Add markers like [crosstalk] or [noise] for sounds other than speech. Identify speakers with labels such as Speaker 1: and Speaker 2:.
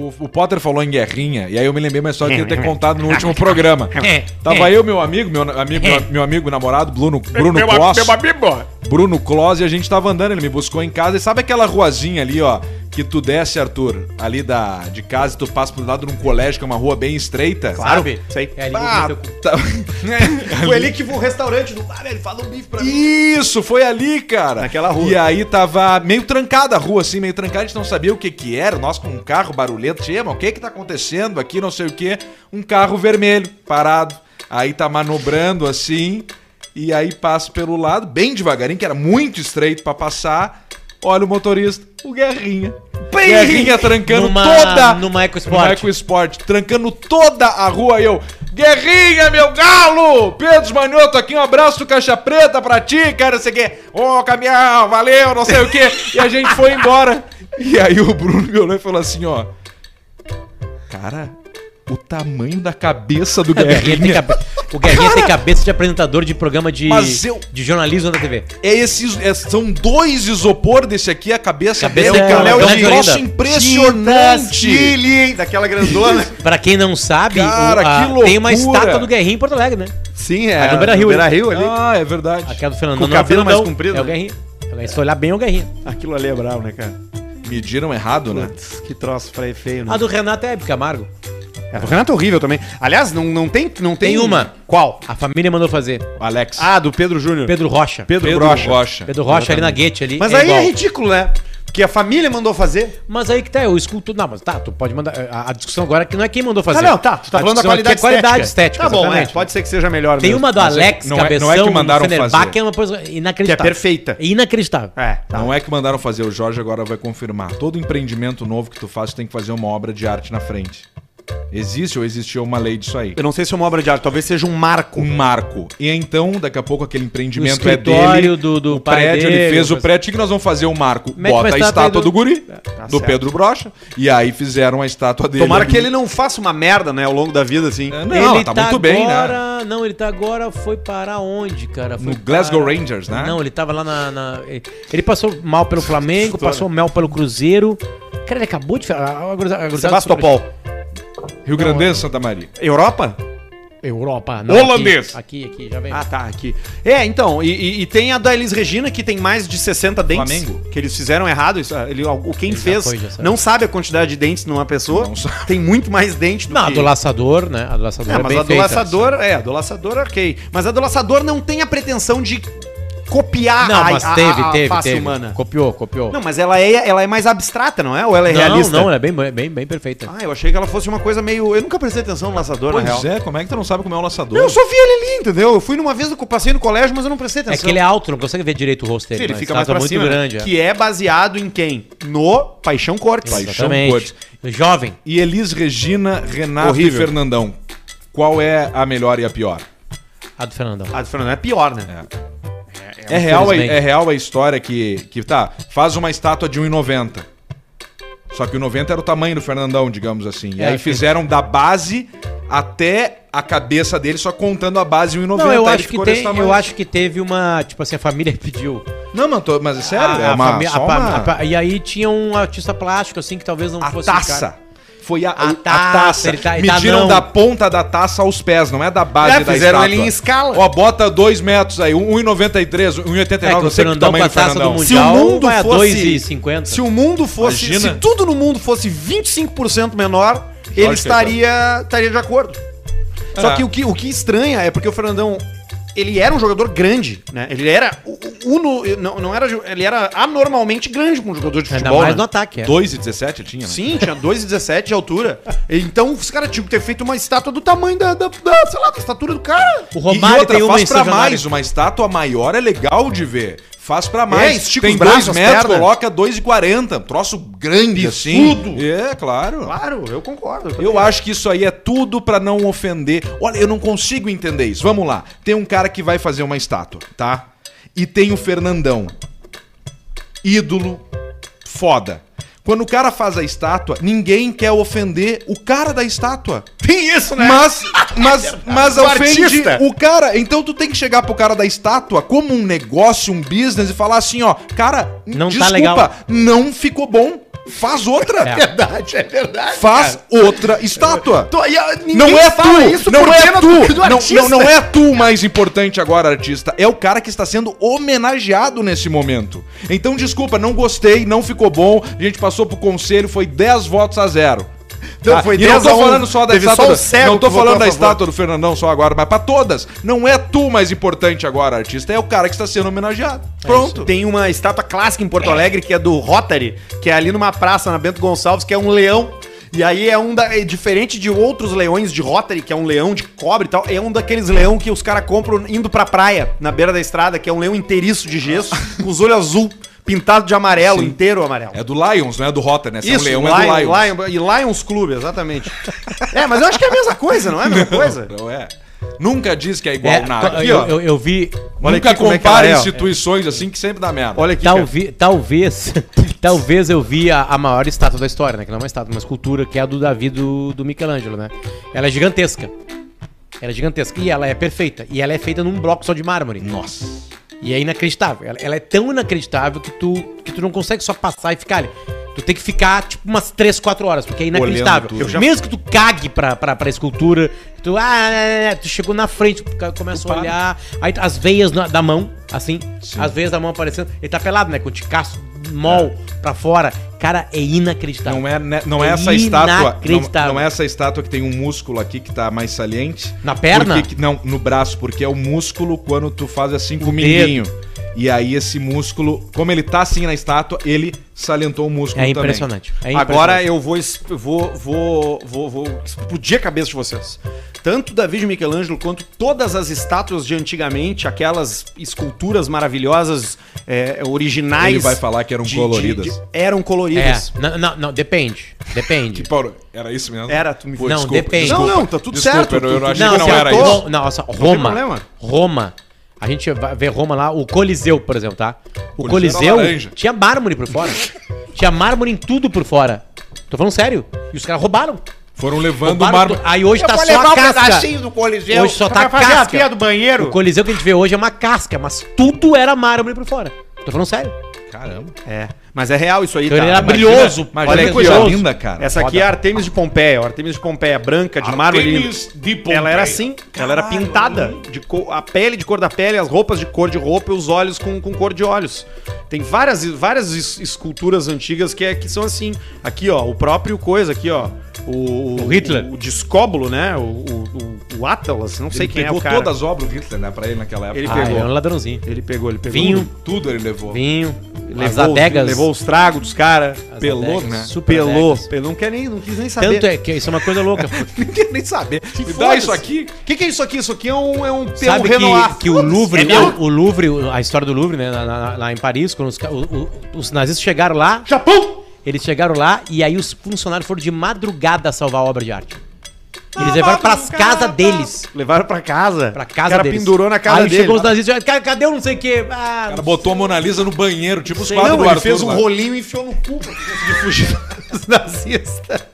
Speaker 1: O, o Potter falou em guerrinha, e aí eu me lembrei uma história
Speaker 2: [laughs]
Speaker 1: que eu ia ter contado no último programa.
Speaker 2: É,
Speaker 1: Tava eu, meu amigo, meu na- amigo, meu, meu amigo namorado, Bruno, Bruno
Speaker 3: meu,
Speaker 1: Kloss.
Speaker 3: meu amigo.
Speaker 1: Bruno Kloss, e a gente tava andando, ele me buscou em casa. E sabe aquela ruazinha ali, ó, que tu desce, Arthur, ali da, de casa e tu passa pro lado de um colégio, que é uma rua bem estreita?
Speaker 4: Claro.
Speaker 1: sabe?
Speaker 4: Isso aí.
Speaker 2: É ali
Speaker 1: Ah,
Speaker 2: no teu cu.
Speaker 1: tá... [laughs]
Speaker 4: Foi ali que foi o restaurante do cara, ele falou um bife pra mim.
Speaker 1: Isso, foi ali, cara.
Speaker 4: Naquela rua.
Speaker 1: E aí tava meio trancada a rua, assim, meio trancada, a gente não sabia o que que era, nós com um carro barulhento, tinha, mas o que que tá acontecendo aqui, não sei o que. Um carro vermelho, parado, aí tá manobrando, assim, e aí passa pelo lado, bem devagarinho, que era muito estreito pra passar, olha o motorista, o Guerrinha. Guerrinha trancando
Speaker 2: Numa-
Speaker 1: toda...
Speaker 2: numa EcoSport.
Speaker 1: Numa EcoSport, trancando toda a rua, e eu... Guerrinha, meu galo! Pedro Manioto aqui, um abraço do Caixa Preta pra ti, cara, não sei o quê. Ô, caminhão, valeu, não sei o quê. E a gente foi embora. E aí o Bruno me olhou e falou assim, ó... Cara, o tamanho da cabeça do
Speaker 2: O Guerrinha tem,
Speaker 1: Guerrinha...
Speaker 2: cabe- o Guerrinha tem cabeça de apresentador de programa de,
Speaker 1: Mas eu-
Speaker 2: de jornalismo da TV.
Speaker 1: É esses, é- são dois isopor desse aqui, a cabeça,
Speaker 2: Cabeça
Speaker 1: dele,
Speaker 2: é
Speaker 1: cara. É
Speaker 2: grande
Speaker 1: um negócio
Speaker 2: ainda.
Speaker 1: impressionante.
Speaker 4: Chile, hein? Daquela grandona.
Speaker 2: Pra quem não sabe,
Speaker 1: Cara, que
Speaker 2: tem uma
Speaker 1: loucura.
Speaker 2: estátua do Guerrinha em Porto Alegre, né?
Speaker 4: [laughs] Sim, é.
Speaker 2: Ah, no Beira-Rio,
Speaker 4: no Beira-Rio ali.
Speaker 1: Ah, é verdade.
Speaker 2: Aquela do Fernando.
Speaker 4: Com o
Speaker 2: não é o
Speaker 4: cabelo mais
Speaker 2: Fernandão,
Speaker 4: comprido. né?
Speaker 2: É o Guerrinha. Agora, Se olhar bem, é o Guerrinha.
Speaker 4: Aquilo ali é bravo, né, cara?
Speaker 1: Mediram errado, né?
Speaker 4: Putz, que troço freio feio, né?
Speaker 2: A do Renato é Hebe Camargo.
Speaker 4: É, o Renato é horrível também. Aliás, não, não tem. Não tem,
Speaker 2: Tem uma.
Speaker 4: Qual?
Speaker 2: A família mandou fazer.
Speaker 1: Alex.
Speaker 4: Ah, do Pedro Júnior.
Speaker 2: Pedro Rocha.
Speaker 4: Pedro
Speaker 1: Pedro
Speaker 4: Brocha.
Speaker 1: Rocha.
Speaker 2: Pedro Rocha ali na Guete ali.
Speaker 4: Mas
Speaker 2: é
Speaker 4: aí
Speaker 2: igual.
Speaker 4: é ridículo, né? Porque a família mandou fazer.
Speaker 2: Mas aí que tá, eu escuto. Não, mas tá, tu pode mandar. A, a discussão agora é que não é quem mandou fazer.
Speaker 4: Ah, não, tá. Tu tá
Speaker 2: A
Speaker 4: falando da
Speaker 2: discussão aqui
Speaker 4: qualidade,
Speaker 2: é qualidade estética.
Speaker 4: Tá bom, é,
Speaker 2: exatamente.
Speaker 4: pode ser que seja melhor
Speaker 2: Tem
Speaker 4: mesmo.
Speaker 2: uma do
Speaker 1: Mas é que
Speaker 2: Alex
Speaker 1: não é- não é que
Speaker 2: Cabeção
Speaker 1: mandaram
Speaker 2: no Fenerbahçe,
Speaker 1: fazer.
Speaker 2: que é uma coisa inacreditável.
Speaker 4: Que é perfeita.
Speaker 2: É inacreditável.
Speaker 4: É, tá.
Speaker 1: Não é que mandaram fazer, o Jorge agora vai confirmar. Todo empreendimento novo que tu faz, tu tem que fazer uma obra de arte na frente. Existe ou existiu uma lei disso aí?
Speaker 4: Eu não sei se é uma obra de arte, talvez seja um marco.
Speaker 1: Um marco. E então, daqui a pouco, aquele
Speaker 2: O
Speaker 1: empreendimento é
Speaker 2: escritório
Speaker 1: dele.
Speaker 2: do, do
Speaker 1: O prédio, ele fez o
Speaker 2: mas-
Speaker 1: prédio. O que que nós vamos fazer? O marco.
Speaker 2: Mete uma
Speaker 1: Bota a É,
Speaker 2: estátua
Speaker 1: estátua
Speaker 2: aí
Speaker 1: do
Speaker 2: do-
Speaker 1: guri,
Speaker 4: Tá
Speaker 1: do
Speaker 4: certo.
Speaker 1: Pedro Brocha. E aí fizeram a estátua dele.
Speaker 4: Tomara que
Speaker 1: ali.
Speaker 4: ele não faça uma merda, né, ao longo da vida, assim.
Speaker 1: É, Não, tá, muito bem, né?
Speaker 2: agora- Não, ele tá agora. Foi parar onde, cara? Foi
Speaker 1: No Glasgow
Speaker 2: parar-
Speaker 1: Rangers, né?
Speaker 2: Não, ele tava lá na. na- Ele ele passou mal pelo Flamengo, passou mal pelo Cruzeiro. Cara, ele acabou de. falar- a- a gurizada- a gurizada-
Speaker 4: Sebastopol.
Speaker 1: Rio Grande Santa Maria.
Speaker 4: Europa?
Speaker 2: Europa,
Speaker 3: Holandês.
Speaker 2: Aqui, aqui, aqui, já vem.
Speaker 4: Ah, tá, aqui. É, então, e, e- e tem a da Elis Regina, que tem mais de 60 dentes.
Speaker 1: Flamengo.
Speaker 4: Que eles fizeram errado. Isso, ah, ele, o quem
Speaker 2: Ele já
Speaker 4: fez
Speaker 2: foi, já sabe.
Speaker 4: não sabe a quantidade de dentes numa pessoa.
Speaker 1: Não sabe.
Speaker 4: Tem muito mais dente do
Speaker 2: Não, a
Speaker 4: que...
Speaker 2: do laçador, né? A do laçador.
Speaker 4: É, mas
Speaker 2: bem
Speaker 4: a do
Speaker 2: feita.
Speaker 4: laçador, é, a do laçador, ok. Mas a do laçador não tem a pretensão de copiar
Speaker 2: Não,
Speaker 4: a,
Speaker 2: mas
Speaker 4: Ah, a-
Speaker 2: teve,
Speaker 4: a- a
Speaker 2: teve,
Speaker 4: face
Speaker 2: teve.
Speaker 4: humana.
Speaker 2: Copiou, copiou.
Speaker 4: Não, mas ela é, ela é mais abstrata, não é? Ou ela é
Speaker 2: não,
Speaker 4: realista?
Speaker 2: não, ela é bem, bem, bem perfeita.
Speaker 4: Ah, eu achei que ela fosse uma coisa meio. Eu nunca prestei atenção no laçador, na real.
Speaker 1: Pois é, como é que tu não sabe como é o laçador?
Speaker 4: Não, eu só vi ele ali, entendeu? Eu fui numa vez, eu passei no colégio, mas eu não prestei
Speaker 2: é
Speaker 4: atenção.
Speaker 2: que ele é alto, não consegue ver direito o rosto dele.
Speaker 4: Sim, ele
Speaker 2: né?
Speaker 4: fica mais
Speaker 2: Estátua
Speaker 4: pra
Speaker 2: muito
Speaker 4: cima, né?
Speaker 2: grande. é.
Speaker 4: Que é baseado em quem? No Paixão Cortes.
Speaker 1: Paixão.
Speaker 2: Exatamente. Jovem.
Speaker 1: E Elis Regina, Renato
Speaker 4: Horrível.
Speaker 1: e Fernandão. Qual é a melhor e a pior?
Speaker 2: A do Fernandão.
Speaker 4: Ah, do Fernando é pior, né?
Speaker 1: É real, a,
Speaker 2: Infelizmente.
Speaker 1: é real a história que, que, tá, faz uma estátua de 1,90. Só que o 90 era o tamanho do Fernandão, digamos assim. E
Speaker 2: É,
Speaker 1: aí
Speaker 2: acho que-
Speaker 1: fizeram da base até a cabeça dele, só contando a base 1,90.
Speaker 2: Não, eu
Speaker 1: Aí
Speaker 2: acho, que
Speaker 1: ficou
Speaker 2: tem,
Speaker 1: desse tamanho.
Speaker 2: eu acho que teve uma. Tipo assim, a família [laughs] pediu.
Speaker 1: Não, mano, tô- mas é sério?
Speaker 2: a,
Speaker 1: é
Speaker 2: a
Speaker 1: uma,
Speaker 2: fami- a
Speaker 1: só
Speaker 2: pa-
Speaker 1: uma-
Speaker 2: a pa- E aí tinha um artista plástico, assim, que talvez não
Speaker 1: a
Speaker 2: fosse.
Speaker 1: taça.
Speaker 2: cara.
Speaker 1: Foi a,
Speaker 2: A
Speaker 1: a
Speaker 2: taça,
Speaker 1: taça.
Speaker 2: ele tá- ele tá
Speaker 1: Mediram
Speaker 2: não.
Speaker 1: da ponta da taça aos pés, não é da base
Speaker 4: É,
Speaker 1: da
Speaker 4: fizeram
Speaker 1: estátua.
Speaker 4: ele em escala.
Speaker 1: Ó, bota 2 metros aí, 1,93, 1,89,
Speaker 2: É, que
Speaker 1: não
Speaker 2: o
Speaker 1: sei que
Speaker 2: Fernandão
Speaker 1: tamanho
Speaker 2: com a
Speaker 1: do
Speaker 2: taça do
Speaker 1: Fernandão.
Speaker 2: Mundial. é
Speaker 4: Se o mundo
Speaker 2: vai a
Speaker 4: fosse.
Speaker 2: 2,50.
Speaker 4: Se o mundo fosse.
Speaker 1: Imagina.
Speaker 4: Se tudo no mundo fosse 25% menor,
Speaker 2: é.
Speaker 4: ele
Speaker 1: Jorge
Speaker 4: estaria, estaria de acordo. Só
Speaker 2: Ah.
Speaker 1: É.
Speaker 4: que o, que o que estranha é porque o Fernandão. Ele era um jogador grande, né? Ele era. o- o- Uno, não, não era, ju- ele era anormalmente grande pra um jogador de
Speaker 2: Ainda
Speaker 4: futebol.
Speaker 2: mais
Speaker 4: né?
Speaker 2: no ataque. É.
Speaker 1: 2,17 ele tinha, né?
Speaker 4: Sim, tinha 2,17 de altura. Então os caras tinham que ter feito uma estátua do tamanho da, da- da- sei lá, da estatura do cara.
Speaker 2: O
Speaker 1: E-
Speaker 2: Romário
Speaker 1: e outra,
Speaker 2: tem uma em
Speaker 1: faz pra
Speaker 2: São Januário.
Speaker 1: mais, uma estátua maior é legal de ver. Faz pra mais.
Speaker 4: É, estica
Speaker 1: Tem
Speaker 4: os braços,
Speaker 1: dois
Speaker 4: as
Speaker 1: metros,
Speaker 4: pernas.
Speaker 1: coloca 2,40. Um troço grande assim.
Speaker 4: Pisudo.
Speaker 1: É, claro.
Speaker 4: Claro, eu concordo.
Speaker 1: Eu acho que isso aí é tudo pra não ofender. Olha, eu não consigo entender isso. Vamos lá. Tem um cara que vai fazer uma estátua, tá? E tem o Fernandão. Ídolo foda. Quando o cara faz a estátua, ninguém quer ofender o cara da estátua.
Speaker 4: Tem isso, né? [laughs]
Speaker 1: Mas, mas, mas
Speaker 4: O
Speaker 1: ofende
Speaker 4: É artista.
Speaker 1: o cara. Então tu tem que chegar pro cara da estátua como um negócio, um business e falar assim, ó, cara,
Speaker 2: Não tá legal.
Speaker 1: não ficou bom. Faz outra.
Speaker 2: É.
Speaker 4: Verdade, é verdade.
Speaker 1: Faz outra estátua.
Speaker 4: Tô- e, ah, ninguém
Speaker 1: Não é
Speaker 4: fala
Speaker 1: tu,
Speaker 4: isso
Speaker 1: não
Speaker 4: por
Speaker 1: é
Speaker 4: pena
Speaker 1: tu,
Speaker 4: do
Speaker 1: não,
Speaker 4: artista.
Speaker 1: não, não é tu o mais importante agora, artista. É o cara que está sendo homenageado nesse momento. Então, desculpa, não gostei, não ficou bom. A gente passou pro conselho, foi 10 votos a zero.
Speaker 4: Não,
Speaker 1: Tá?
Speaker 4: foi
Speaker 1: e não
Speaker 4: 10
Speaker 1: tô
Speaker 4: a 1.
Speaker 1: falando só da
Speaker 4: Teve só
Speaker 1: estátua.
Speaker 4: o cego
Speaker 1: não tô
Speaker 4: que votou
Speaker 1: falando da
Speaker 4: a favor.
Speaker 1: estátua do Fernandão só agora, mas pra todas. Não é tu o mais importante agora, artista. É o cara que está sendo
Speaker 4: É
Speaker 1: homenageado. Pronto.
Speaker 4: Tem uma estátua clássica em Porto Alegre que é do Rotary, que é ali numa praça na Bento Gonçalves, que é um leão. E aí é um da, é diferente de outros leões de Rotary, que é um leão de cobre e tal, é um daqueles leão que os caras compram indo pra praia, na beira da estrada, que é um leão inteiriço
Speaker 1: [laughs]
Speaker 4: de gesso, com os olhos azul, pintado de amarelo,
Speaker 1: Sim.
Speaker 4: inteiro amarelo.
Speaker 1: É do Lions, não é do Rota, né? Se
Speaker 4: Isso,
Speaker 1: é um leão,
Speaker 4: Lion-
Speaker 1: é do Lions.
Speaker 4: Lion- e Lions Clube, exatamente. é, mas eu acho que é a mesma coisa, não é a mesma coisa?
Speaker 1: Não é. Nunca diz que é igual
Speaker 2: É,
Speaker 1: nada.
Speaker 2: tá, eu, eu- eu vi.
Speaker 4: Olha
Speaker 1: Nunca
Speaker 4: aqui como é que
Speaker 1: compara
Speaker 4: ela é, ó.
Speaker 1: instituições assim que sempre dá merda.
Speaker 2: Tá
Speaker 4: Olha aqui, cara.
Speaker 2: Talvez,
Speaker 4: [laughs]
Speaker 2: talvez, talvez eu vi a, a maior estátua da história, né? Que não é uma estátua, uma escultura, que é a do Davi do, do Michelangelo, né? Ela é gigantesca. Ela é gigantesca. E ela é perfeita. E ela é feita num bloco só de mármore.
Speaker 1: Nossa.
Speaker 2: E é inacreditável. Ela, ela é tão inacreditável que tu, que tu não consegue só passar e ficar ali. Tu tem que ficar, tipo, umas 3, 4 horas, porque é inacreditável.
Speaker 1: tudo. Eu já-
Speaker 2: Mesmo que tu cague pra, pra, pra escultura, tu, ah, é, é, tu chegou na frente, tu ca- começa a
Speaker 1: Culpado.
Speaker 2: olhar, aí as veias na- da mão, assim,
Speaker 1: Sim.
Speaker 2: as veias da mão aparecendo. Ele tá pelado, né? Com o ticaço mol pra fora. Cara, é inacreditável.
Speaker 1: É. Não é, ne- não é essa estátua. Não,
Speaker 2: Inacreditável.
Speaker 1: não é essa estátua que tem um músculo aqui que tá mais saliente.
Speaker 2: Na perna?
Speaker 1: Porque que- não, no braço, porque é o músculo quando tu faz assim com o
Speaker 2: dedo.
Speaker 1: mindinho. E aí esse músculo, como ele tá assim na estátua, ele salientou o músculo
Speaker 2: É
Speaker 1: também.
Speaker 2: impressionante. É
Speaker 4: Agora
Speaker 2: impressionante.
Speaker 4: eu vou, es- vou, vou, vou, vou explodir a cabeça de vocês. Tanto Davi de Michelangelo quanto todas as estátuas de antigamente, aquelas esculturas maravilhosas, é, originais.
Speaker 1: Ele vai falar que eram coloridas.
Speaker 4: eram
Speaker 2: É,
Speaker 4: coloridas.
Speaker 2: não, não, não, depende.
Speaker 1: [laughs]
Speaker 2: Depende.
Speaker 1: Paulo, era isso mesmo?
Speaker 4: Era, tu me
Speaker 1: Pô,
Speaker 2: Não, depende.
Speaker 1: desculpa.
Speaker 4: Não, não, tá tudo
Speaker 1: Desculpa,
Speaker 4: certo,
Speaker 1: Eu, eu
Speaker 4: tudo-
Speaker 1: achei que não
Speaker 2: assim,
Speaker 1: era
Speaker 2: ó,
Speaker 1: isso.
Speaker 2: Ro- Não, nossa,
Speaker 4: problema.
Speaker 2: Roma. Roma. A gente vai ver Roma lá, o Coliseu, por exemplo, tá? O
Speaker 1: Coliseu
Speaker 2: Coliseu,
Speaker 1: era laranja.
Speaker 2: tinha mármore por fora. tinha mármore em tudo por fora. Tô falando sério. E os caras roubaram.
Speaker 1: Foram levando o
Speaker 2: roubaram
Speaker 1: mármore.
Speaker 2: tu- Aí hoje tá só a casca.
Speaker 4: um do Coliseu.
Speaker 2: Hoje só tá
Speaker 4: pra fazer
Speaker 2: casca.
Speaker 4: a pia do banheiro.
Speaker 2: O Coliseu que a gente vê hoje é uma casca, mas tudo era mármore por fora. Tô falando sério.
Speaker 1: Caramba.
Speaker 4: É, mas é real isso aí,
Speaker 2: Então ele era
Speaker 4: Imagina-
Speaker 2: brilhoso.
Speaker 1: Imagina
Speaker 4: Olha
Speaker 1: que
Speaker 4: que
Speaker 1: coisa
Speaker 4: curioso.
Speaker 1: linda, cara.
Speaker 4: Essa aqui é a Artemis de Pompeia. ó, Artemis de Pompeia branca, de mármore. Ela era assim, ela era pintada, de co- a pele de cor da pele, as roupas de cor de roupa e os olhos com, com cor de olhos. Tem várias, várias es- esculturas antigas que, é, que são assim. Aqui, ó, o próprio coisa aqui, ó. O,
Speaker 2: O Hitler.
Speaker 4: O, o Discóbulo, né? O, o, o- o Atlas, não sei
Speaker 1: Ele
Speaker 4: quem é
Speaker 1: pegou
Speaker 4: o cara.
Speaker 1: todas as obras do Hitler, né? Pra ele naquela época. é.
Speaker 4: Ele
Speaker 2: Ah,
Speaker 4: pegou.
Speaker 2: ele é um ladrãozinho.
Speaker 4: Ele pegou, ele pegou.
Speaker 2: Vinho,
Speaker 1: Tudo ele levou. [laughs]
Speaker 2: vinho, as
Speaker 4: Levou, os-
Speaker 2: adegas.
Speaker 4: levou os tragos dos caras.
Speaker 2: as
Speaker 1: pelou,
Speaker 2: adegas,
Speaker 1: né?
Speaker 2: Super
Speaker 4: Pelou.
Speaker 2: adegas.
Speaker 4: Pelou. Não, quer nem, não quis nem saber.
Speaker 2: Tanto é que isso é uma coisa louca.
Speaker 4: Não quer nem saber.
Speaker 1: Me dá isso aqui.
Speaker 4: O que, que é isso aqui? Isso aqui é um, é um é um
Speaker 2: Sabe
Speaker 4: Renoir.
Speaker 2: que, que o Louvre,
Speaker 4: É meu?
Speaker 2: o, o Louvre, o- a história do Louvre, né, na- na- lá em Paris, quando os, ca- o- o- os nazistas chegaram lá,
Speaker 4: Japão!
Speaker 2: eles chegaram lá e aí os funcionários foram de madrugada salvar a obra de arte. Eles levaram para as casas deles.
Speaker 4: Levaram pra casa.
Speaker 2: Pra casa
Speaker 4: Ah, O cara
Speaker 2: deles.
Speaker 4: pendurou na casa
Speaker 2: Aí
Speaker 4: dele.
Speaker 2: chegou os nazistas e cara, cadê o não sei o quê? Ah,
Speaker 1: O cara botou a Mona Lisa no banheiro, tipo os
Speaker 2: né?
Speaker 4: Não,
Speaker 1: quadros do
Speaker 4: ele um
Speaker 1: Arthur.
Speaker 4: fez um
Speaker 1: lá.
Speaker 4: [laughs] rolinho e enfiou no cu pra conseguir fugir dos nazistas.